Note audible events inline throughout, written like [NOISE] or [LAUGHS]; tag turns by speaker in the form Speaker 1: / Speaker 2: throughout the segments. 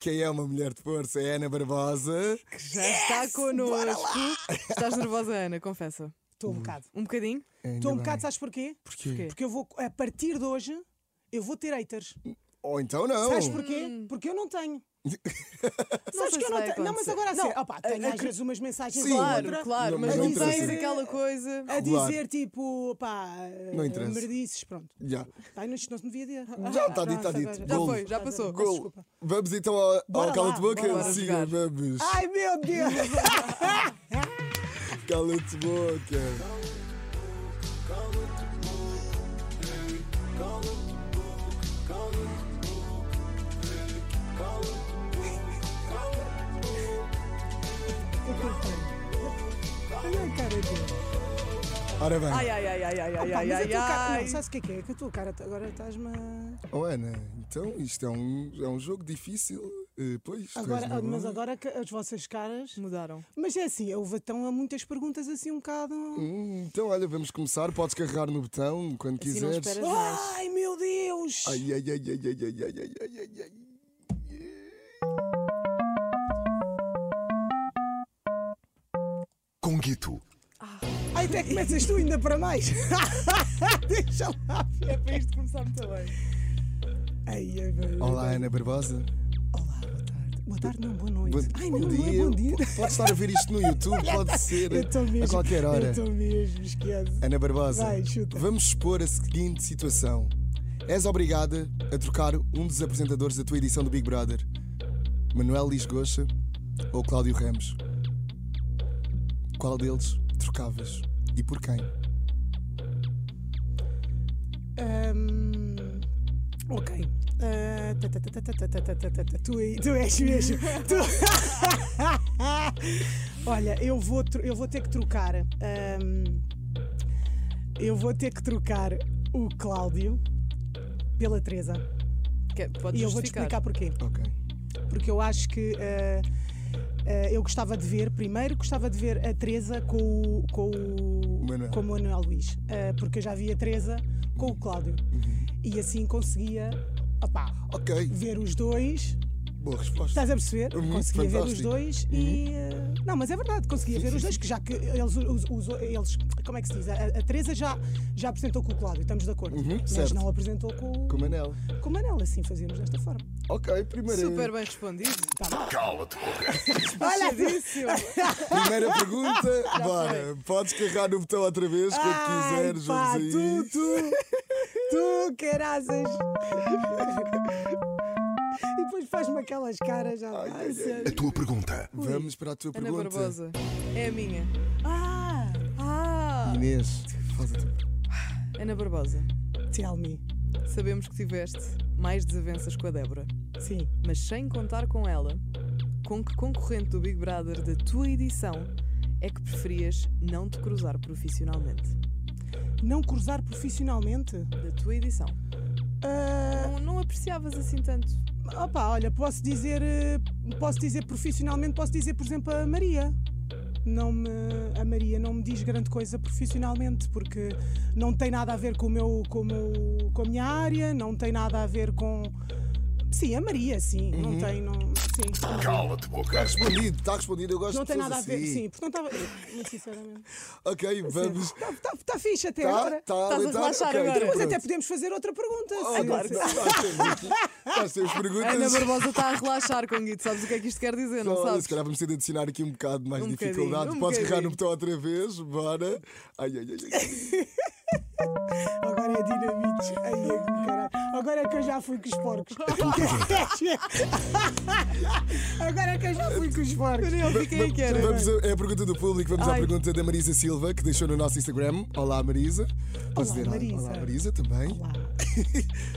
Speaker 1: Quem é uma mulher de força é a Ana Barbosa.
Speaker 2: Que já está connosco. Estás nervosa, Ana, confessa.
Speaker 3: Estou um bocado.
Speaker 2: Um bocadinho?
Speaker 3: Estou um
Speaker 1: Ainda
Speaker 3: bocado,
Speaker 1: Hum, bem.
Speaker 3: sabes porquê?
Speaker 1: Porquê?
Speaker 3: Porque eu vou, a partir de hoje, eu vou ter haters.
Speaker 1: Ou então não.
Speaker 3: Sabes porquê? Porque eu não tenho. Sabes
Speaker 2: Hum. sei
Speaker 3: que eu
Speaker 2: se
Speaker 3: não
Speaker 2: vai
Speaker 3: tenho. Não, mas
Speaker 2: acontecer.
Speaker 3: agora
Speaker 2: Não,
Speaker 3: assim, opa, tenho às vezes umas mensagens
Speaker 1: Sim,
Speaker 3: ou
Speaker 2: Claro,
Speaker 3: outra
Speaker 2: claro,
Speaker 1: Não,
Speaker 2: mas
Speaker 1: mas
Speaker 2: não
Speaker 1: não
Speaker 2: tens
Speaker 1: interessa.
Speaker 2: aquela coisa.
Speaker 3: a
Speaker 1: Regular.
Speaker 3: dizer tipo, pá,
Speaker 1: Não interessa.
Speaker 3: merdices, pronto.
Speaker 1: Já,
Speaker 3: Ai, não, isto não se devia dizer.
Speaker 1: já está dito, está
Speaker 3: Pronto,
Speaker 1: dito.
Speaker 3: agora.
Speaker 2: Já
Speaker 1: Golo.
Speaker 2: foi, já passou.
Speaker 1: Golo. Vamos então ao,
Speaker 3: Bora
Speaker 1: ao
Speaker 3: lá,
Speaker 1: Cala-te Boca?
Speaker 3: bora
Speaker 2: lá
Speaker 1: Sim,
Speaker 2: jogar.
Speaker 1: vamos.
Speaker 3: Ai meu Deus! [LAUGHS] Ah!
Speaker 1: Cala-te Boca.
Speaker 3: Olha a cara dele.
Speaker 1: Ora bem.
Speaker 2: Ai, ai, ai, ai, ai, ai,
Speaker 3: Opa,
Speaker 2: ai,
Speaker 3: mas a
Speaker 2: ai,
Speaker 3: tua cara.
Speaker 2: ai.
Speaker 3: Não, sabes o que é que é? Que a tua cara agora estás-me. a-
Speaker 1: Oh, Ana, então isto é um, é um jogo difícil. eh, pois. tu és
Speaker 3: Agora,
Speaker 1: nervosa.
Speaker 3: mas agora que as vossas caras.
Speaker 2: Mudaram.
Speaker 3: Mas é assim, eu vou tão a muitas perguntas assim um bocado.
Speaker 1: Hum, então, olha, vamos começar. Podes carregar no botão quando
Speaker 2: Assim não
Speaker 1: quiseres.
Speaker 2: esperas mais.
Speaker 3: Ai meu Deus!
Speaker 1: Ai, ai, ai, ai, ai, ai, ai, ai, ai, ai, ai.
Speaker 4: Conguito.
Speaker 3: Ai, até começas tu ainda
Speaker 1: [LAUGHS]
Speaker 3: para mais! Deixa lá!
Speaker 2: É para isto começar muito bem.
Speaker 3: Ai, ai, ai.
Speaker 1: Olá, Ana Barbosa.
Speaker 3: Olá, boa tarde. Boa tarde, não, boa noite.
Speaker 1: Bom,
Speaker 3: Ai,
Speaker 1: bom
Speaker 3: não, não é
Speaker 1: dia.
Speaker 3: bom dia.
Speaker 1: Pode estar a ver isto no
Speaker 3: [LAUGHS]
Speaker 1: YouTube, pode ser
Speaker 3: Eu estou mesmo.
Speaker 1: a qualquer hora.
Speaker 3: Eu estou mesmo, esquece.
Speaker 1: Ana Barbosa,
Speaker 3: Vai, chuta.
Speaker 1: vamos expor a seguinte situação. És obrigada a trocar um dos apresentadores da tua edição do Big Brother. Manuel Lisgocha ou Cláudio Ramos? Qual deles trocavas e por quem?
Speaker 3: Ahm, ok. Ah, tá, tá, tá, tá, tá, tá, tá, tá, tá, tá. Tu, aí- tu és mesmo.
Speaker 2: [LAUGHS]
Speaker 3: Tu- [LAUGHS] Olha, eu vou, tro- eu vou ter que trocar. ahm, eu vou ter que trocar o Cláudio pela Teresa.
Speaker 2: é, Podes
Speaker 3: E eu vou te
Speaker 2: justificar.
Speaker 3: explicar porquê.
Speaker 1: Ok.
Speaker 3: Porque eu acho que. ah, ah, eu gostava de ver, primeiro gostava de ver a Teresa com o, com o,
Speaker 1: Manuel.
Speaker 3: com o Manuel Luís, ah, porque eu já vi a Teresa com o Cláudio
Speaker 1: Uhum.
Speaker 3: e assim conseguia opá,
Speaker 1: Ok,
Speaker 3: ver os dois.
Speaker 1: boa resposta.
Speaker 3: Estás a perceber?
Speaker 1: Uhum,
Speaker 3: conseguia ver os
Speaker 1: fantástico. Uhum.
Speaker 3: dois e. eh, Não, mas é verdade, conseguia ver os dois, que já que eles, os- os- eles- Como é que se diz? A, a Teresa já, já apresentou com o Cláudio, estamos de acordo.
Speaker 1: Uhum,
Speaker 3: mas
Speaker 1: certo.
Speaker 3: não apresentou com,
Speaker 1: Com
Speaker 3: com...
Speaker 1: o Manel.
Speaker 3: o Manel, assim fazíamos desta forma.
Speaker 1: Ok, primeira,
Speaker 2: Super bem respondido.
Speaker 4: Cala-te boca.
Speaker 3: Olha,
Speaker 2: Fechadíssimo.
Speaker 1: primeira pergunta. Bora, podes carregar no botão outra vez quando
Speaker 3: Ai,
Speaker 1: quiseres.
Speaker 3: pá,
Speaker 1: vamos aí.
Speaker 3: tu, tu, tu, caraças. E depois faz-me aquelas caras já. Ai, sério.
Speaker 4: A tua pergunta.
Speaker 1: Vamos para a tua
Speaker 2: Ana
Speaker 1: pergunta.
Speaker 2: Barbosa. É a minha.
Speaker 3: Ah,
Speaker 2: Ah!
Speaker 1: Inês, faz a tua
Speaker 2: Ana Barbosa,
Speaker 3: tell me.
Speaker 2: sabemos que tiveste mais desavenças com a Débora,
Speaker 3: Sim.
Speaker 2: mas sem contar com ela, com que concorrente do Big Brother da tua edição é que preferias não te cruzar profissionalmente?
Speaker 3: Não cruzar profissionalmente?
Speaker 2: Da tua edição.
Speaker 3: Ah,
Speaker 2: Não, não apreciavas assim tanto.
Speaker 3: opa, olha, posso dizer, eh, posso dizer profissionalmente, posso dizer, por exemplo, a Maria. Não me, a Maria não me diz grande coisa profissionalmente, porque não tem nada a ver com, o meu, com, o meu- com a minha área, não tem nada a ver com. Sim, a Maria, sim.
Speaker 1: Uhum.
Speaker 3: Não tem. Não, sim.
Speaker 4: Cala-te boca.
Speaker 1: Respondido, está respondido, eu gosto
Speaker 3: Não
Speaker 1: de
Speaker 3: tem
Speaker 1: pessoas
Speaker 3: nada a ver,
Speaker 1: assim.
Speaker 3: sim, porque não estava. Muito sinceramente.
Speaker 1: Ok, vamos.
Speaker 3: Está tá, tá fixe até
Speaker 1: Tá,
Speaker 3: agora.
Speaker 1: tá
Speaker 2: a
Speaker 1: alentar?
Speaker 2: relaxar
Speaker 1: Ok,
Speaker 2: agora.
Speaker 3: Mas
Speaker 1: pronto.
Speaker 3: até podemos fazer outra pergunta.
Speaker 1: Oh, [LAUGHS]
Speaker 3: sim.
Speaker 1: claro que não, nós temos aqui- Nós temos
Speaker 2: A Ana
Speaker 1: perguntas.
Speaker 2: Barbosa está a relaxar com Guido, sabes o que é que isto quer dizer, não
Speaker 1: Então, olha,
Speaker 2: sabes?
Speaker 1: se calhar vamos ter de adicionar aqui um bocado de mais
Speaker 2: Um bocadinho,
Speaker 1: dificuldade.
Speaker 2: um
Speaker 1: Posso carregar no
Speaker 2: bocadinho.
Speaker 1: botão outra vez? Bora. Ai, ai, ai, ai.
Speaker 3: Agora é dinamite. Ai, é que caralho. Agora é que eu já fui com os porcos. [LAUGHS] Agora é que eu já fui com os porcos.
Speaker 2: Eu nem ouvi quem é que era.
Speaker 1: Vamos a, é a pergunta do público, vamos
Speaker 2: Ai.
Speaker 1: à pergunta da Marisa Silva, que deixou no nosso Instagram. Olá, Marisa. Posso
Speaker 3: Olá,
Speaker 1: dizer
Speaker 3: Marisa.
Speaker 1: olá, Marisa, também.
Speaker 3: Olá.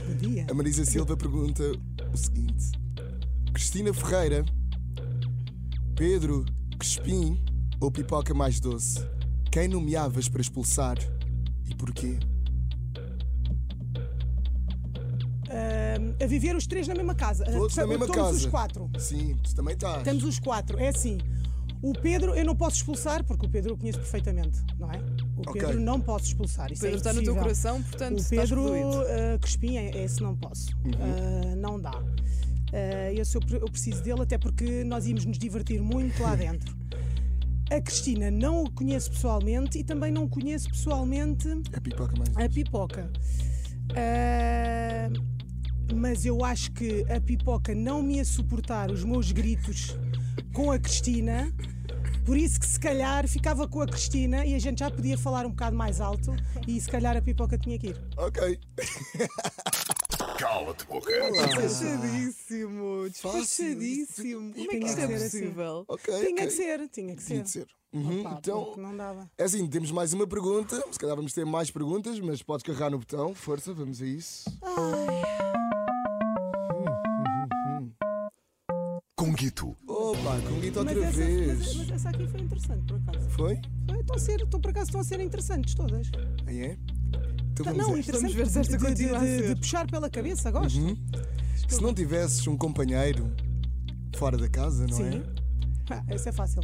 Speaker 3: Bom dia.
Speaker 1: A Marisa Silva pergunta o seguinte: Cristina Ferreira, Pedro Crespim ou Pipoca Mais Doce? Quem nomeavas para expulsar e porquê?
Speaker 3: Ahm, Ah, a viver os três na mesma casa.
Speaker 1: Todos na
Speaker 3: Ah,
Speaker 1: mesma
Speaker 3: todos os
Speaker 1: casa.
Speaker 3: quatro.
Speaker 1: Sim, tu também estás.
Speaker 3: Estamos os quatro. É assim. O Pedro eu não posso expulsar, porque o Pedro eu conheço perfeitamente, não é? O
Speaker 1: Ok.
Speaker 3: Pedro não posso expulsar.
Speaker 2: O
Speaker 3: Isso
Speaker 2: Pedro
Speaker 3: é
Speaker 2: está no teu
Speaker 3: impossível.
Speaker 2: coração, portanto
Speaker 3: O
Speaker 2: estás
Speaker 3: Pedro
Speaker 2: perdoído.
Speaker 3: uh, Crespim, é- esse Ah, não posso. Ah, não dá. Eh, esse eu, pre- eu preciso dele, até porque nós íamos nos divertir muito lá dentro. A Cristina não o conheço pessoalmente e também não conheço pessoalmente
Speaker 1: É pipoca mais.
Speaker 3: a pipoca. Ah, mas eu acho que a pipoca não me ia suportar os meus gritos com a Cristina. Por isso que se calhar ficava com a Cristina e a gente já podia falar um bocado mais alto e se calhar a pipoca tinha que ir.
Speaker 1: Ok.
Speaker 4: Cala-te boca.
Speaker 2: Despachadíssimo, despachadíssimo. Como é que isto é
Speaker 3: Tinha que ser assim.
Speaker 2: possível?
Speaker 1: Ok.
Speaker 3: Tinha
Speaker 1: ok.
Speaker 3: que ser, tinha que
Speaker 1: Tinha
Speaker 3: ser.
Speaker 1: de ser. Uhum,
Speaker 3: Opa,
Speaker 1: então,
Speaker 3: porque não dava.
Speaker 1: é assim, temos mais uma pergunta. Se calhar vamos ter mais perguntas, mas podes carregar no botão. Força, vamos a isso.
Speaker 4: Conguito.
Speaker 1: Opa, convite outra
Speaker 3: mas, essa,
Speaker 1: vez.
Speaker 3: mas- mas essa aqui foi interessante, por acaso.
Speaker 1: Foi?
Speaker 3: Foi, Estão, a ser, estão por acaso estão a ser interessantes todas.
Speaker 1: Aí é? Então
Speaker 3: Tá-
Speaker 1: vamos
Speaker 3: não,
Speaker 1: a esta.
Speaker 3: interessante
Speaker 2: Vamos ver se esta
Speaker 3: de, de,
Speaker 2: continua a
Speaker 3: de-
Speaker 2: ser.
Speaker 3: de puxar pela cabeça, gosto.
Speaker 1: Uhum. Se não tivesses um companheiro fora da casa, não é?
Speaker 3: Sim. Ah, essa é fácil.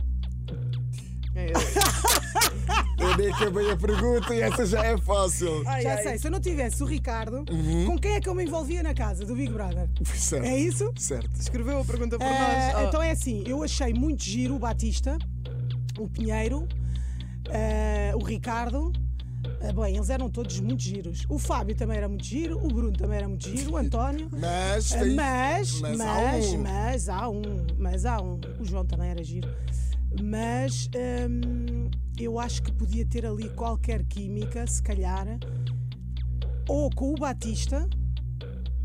Speaker 2: É esse.
Speaker 1: é? Eu nem acabei a pergunta e essa já é fácil.
Speaker 2: Ai,
Speaker 3: Já
Speaker 2: ai.
Speaker 3: sei, se eu não tivesse o Ricardo, com quem é que eu me envolvia na casa do Big Brother?
Speaker 1: Certo.
Speaker 3: É isso?
Speaker 1: Certo.
Speaker 2: Escreveu a pergunta por
Speaker 3: Eh,
Speaker 2: nós. Oh,
Speaker 3: Então é assim, eu achei muito giro o Batista, o Pinheiro, eh, o Ricardo. Eh, bem, eles eram todos muito giros. O Fábio também era muito giro, o Bruno também era muito giro, o António.
Speaker 1: Mas
Speaker 3: Eh,
Speaker 1: tem.
Speaker 3: Mas,
Speaker 1: mas
Speaker 3: mas,
Speaker 1: há
Speaker 3: mas,
Speaker 1: um.
Speaker 3: há um, mas há um. O João também era giro. Mas hum, eu acho que podia ter ali qualquer química, se calhar, ou com o Batista.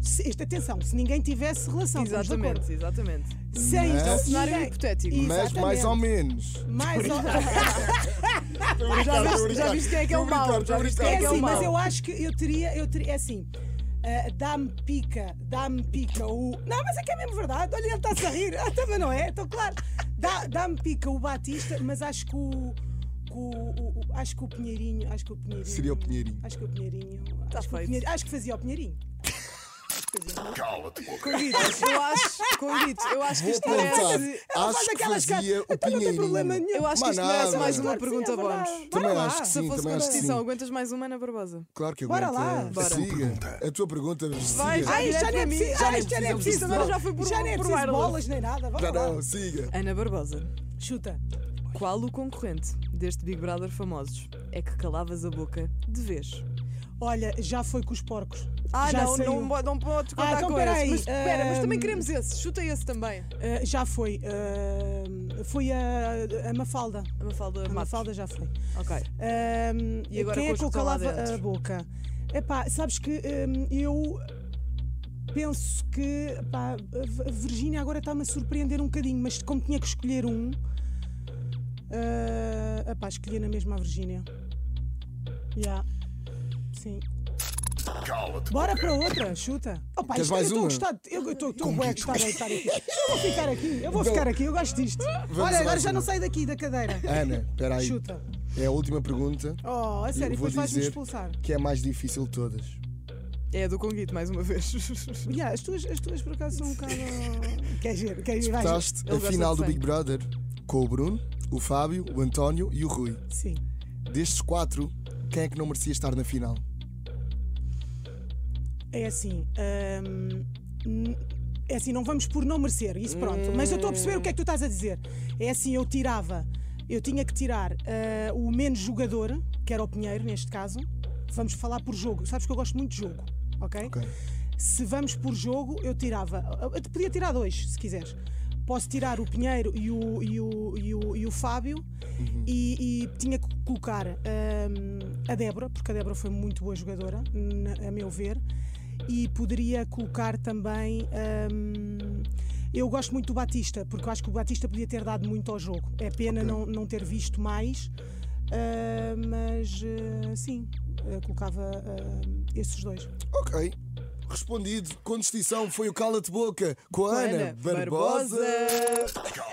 Speaker 3: Se, esta, atenção, se ninguém tivesse relação, estamos de acordo.
Speaker 2: exatamente, exatamente. É um
Speaker 3: Sem
Speaker 1: Mas-
Speaker 3: ninguém-
Speaker 2: Cenário hipotético.
Speaker 1: Mas mais
Speaker 3: Exatamente.
Speaker 1: ou menos.
Speaker 3: Mais ou-
Speaker 1: [LAUGHS]
Speaker 2: Já viste, já viste quem é que é o
Speaker 1: Estou a brincar,
Speaker 2: mau?
Speaker 1: estou
Speaker 2: Já
Speaker 1: a
Speaker 2: viste
Speaker 1: brincar.
Speaker 2: quem é
Speaker 3: É
Speaker 2: que é o
Speaker 3: assim, mas
Speaker 2: mau?
Speaker 3: eu acho que eu teria, eu teria, é assim. ah, dá-me pica, dá-me pica o. Não, mas é que é mesmo verdade. Olha, ele está-se a rir. [LAUGHS] Ah, também não é? Então, claro. Dá, dá-me pica o Batista, mas acho que o. que o- o- o- acho que o Pinheirinho. Acho que o Pinheirinho.
Speaker 1: Seria o Pinheirinho.
Speaker 3: Acho que o Pinheirinho.
Speaker 2: Tá
Speaker 3: acho, que o
Speaker 2: feito.
Speaker 3: Pinheirinho- acho que fazia o Pinheirinho.
Speaker 4: Cala-te boca.
Speaker 2: Convites, eu acho, convites, eu acho que
Speaker 1: Vou
Speaker 2: isto
Speaker 1: apontar.
Speaker 2: merece.
Speaker 3: Ela faz
Speaker 1: Acho que
Speaker 3: aquelas caras.
Speaker 1: fazia o
Speaker 3: Então não tem problema
Speaker 1: Pinheirinho.
Speaker 3: nenhum.
Speaker 2: Eu acho que isto
Speaker 1: Mas
Speaker 2: merece
Speaker 1: nada.
Speaker 2: mais uma
Speaker 3: Claro que sim, é
Speaker 2: pergunta
Speaker 3: verdade.
Speaker 2: bónus.
Speaker 3: Bora
Speaker 1: Também
Speaker 3: lá.
Speaker 1: acho que
Speaker 2: Se
Speaker 1: sim,
Speaker 2: fosse
Speaker 1: também acho que
Speaker 2: competição,
Speaker 1: sim.
Speaker 2: aguentas mais uma Ana Barbosa.
Speaker 1: Claro que
Speaker 3: Bora lá.
Speaker 1: aguenta.
Speaker 2: Bora.
Speaker 1: Siga. A tua pergunta,
Speaker 2: Vai,
Speaker 1: siga.
Speaker 2: vai.
Speaker 3: Ah, isto já
Speaker 2: Direto
Speaker 3: nem
Speaker 2: a
Speaker 3: é
Speaker 2: mim.
Speaker 3: preciso.
Speaker 1: Já
Speaker 3: ah,
Speaker 1: nem
Speaker 3: isto já nem é
Speaker 1: precisamos
Speaker 3: preciso.
Speaker 1: de
Speaker 2: bola. Já foi por- um-
Speaker 3: já nem é
Speaker 2: por
Speaker 3: preciso
Speaker 2: wireless.
Speaker 3: bolas nem nada. Vamos
Speaker 1: Já
Speaker 3: lá.
Speaker 1: não, siga.
Speaker 2: Ana Barbosa,
Speaker 3: Chuta.
Speaker 2: qual o concorrente deste Big Brother famosos é que calavas a boca de vez?
Speaker 3: Olha, já foi com os porcos.
Speaker 2: Ah,
Speaker 3: já
Speaker 2: não,
Speaker 3: saiu.
Speaker 2: não, bo- não podes contar
Speaker 3: Ah, então
Speaker 2: com
Speaker 3: peraí,
Speaker 2: esse. Mas espera, mas também
Speaker 3: hum,
Speaker 2: queremos esse. Chuta esse também.
Speaker 3: Ah, já foi. ah, foi a, a Mafalda.
Speaker 2: A Mafalda
Speaker 3: A
Speaker 2: Matos.
Speaker 3: Mafalda já foi.
Speaker 2: Ok.
Speaker 3: Ah,
Speaker 2: E agora
Speaker 3: quem
Speaker 2: com
Speaker 3: é
Speaker 2: os
Speaker 3: que eu
Speaker 2: que estão lá
Speaker 3: calava
Speaker 2: dentro?
Speaker 3: a boca? Epá, sabes que ah, eu penso que pá, a V- a Virgínia agora está-me a surpreender um bocadinho, mas como tinha que escolher um, ah, epá, escolhi na mesma a Virgínia. Já. Sim.
Speaker 4: Cala-te
Speaker 3: Bora
Speaker 4: boca.
Speaker 3: para outra, chuta. Opa,
Speaker 1: Queres
Speaker 3: isto,
Speaker 1: mais
Speaker 3: eu estou
Speaker 1: uma?
Speaker 3: gostado. Eu estou bué a gostar de estar aqui. Eu vou ficar aqui, eu vou ficar aqui, eu gosto disto. Olha,
Speaker 1: a
Speaker 3: agora
Speaker 1: mais
Speaker 3: já
Speaker 1: uma.
Speaker 3: não saio daqui da cadeira.
Speaker 1: Ana, espera aí.
Speaker 3: Chuta.
Speaker 1: É a última pergunta
Speaker 3: Oh, a sério,
Speaker 1: vou
Speaker 3: depois vais-me
Speaker 1: dizer-
Speaker 3: expulsar.
Speaker 1: que é a mais difícil de todas.
Speaker 2: É a do Conguito, mais uma vez. [LAUGHS]
Speaker 3: Ya, as, tuas, as tuas por acaso são um bocado. Quer ver? Quer ver? Vais-
Speaker 1: Disputaste
Speaker 2: Ele
Speaker 1: a
Speaker 2: gosta
Speaker 1: final
Speaker 2: de
Speaker 1: do Big
Speaker 2: sangue.
Speaker 1: Brother com o Bruno, o Fábio, o António e o Rui.
Speaker 3: Sim.
Speaker 1: Destes quatro, quem é que não merecia estar na final?
Speaker 3: É assim. hum, n- é assim, não vamos por não merecer, isso pronto. Mas eu estou a perceber o que é que tu estás a dizer. É assim, eu tirava, eu tinha que tirar ah, o menos jogador, que era o Pinheiro neste caso. Vamos falar por jogo. Sabes que eu gosto muito de jogo, ok?
Speaker 1: Ok.
Speaker 3: Se vamos por jogo, eu tirava. Eu te podia tirar dois, se quiseres. Posso tirar o Pinheiro e o, e o, e o, e o Fábio. E, e tinha que colocar hum, a Débora, porque a Débora foi muito boa jogadora, na- a meu ver. E poderia colocar também. hum, eu gosto muito do Batista, porque eu acho que o Batista podia ter dado muito ao jogo. É pena
Speaker 1: Ok.
Speaker 3: não, não ter visto mais, ah, mas ah, sim, eu colocava ah, esses dois.
Speaker 1: Ok. Respondido, com distinção, foi o Cala-te Boca com a Ana, É Barbosa.
Speaker 4: Cala-te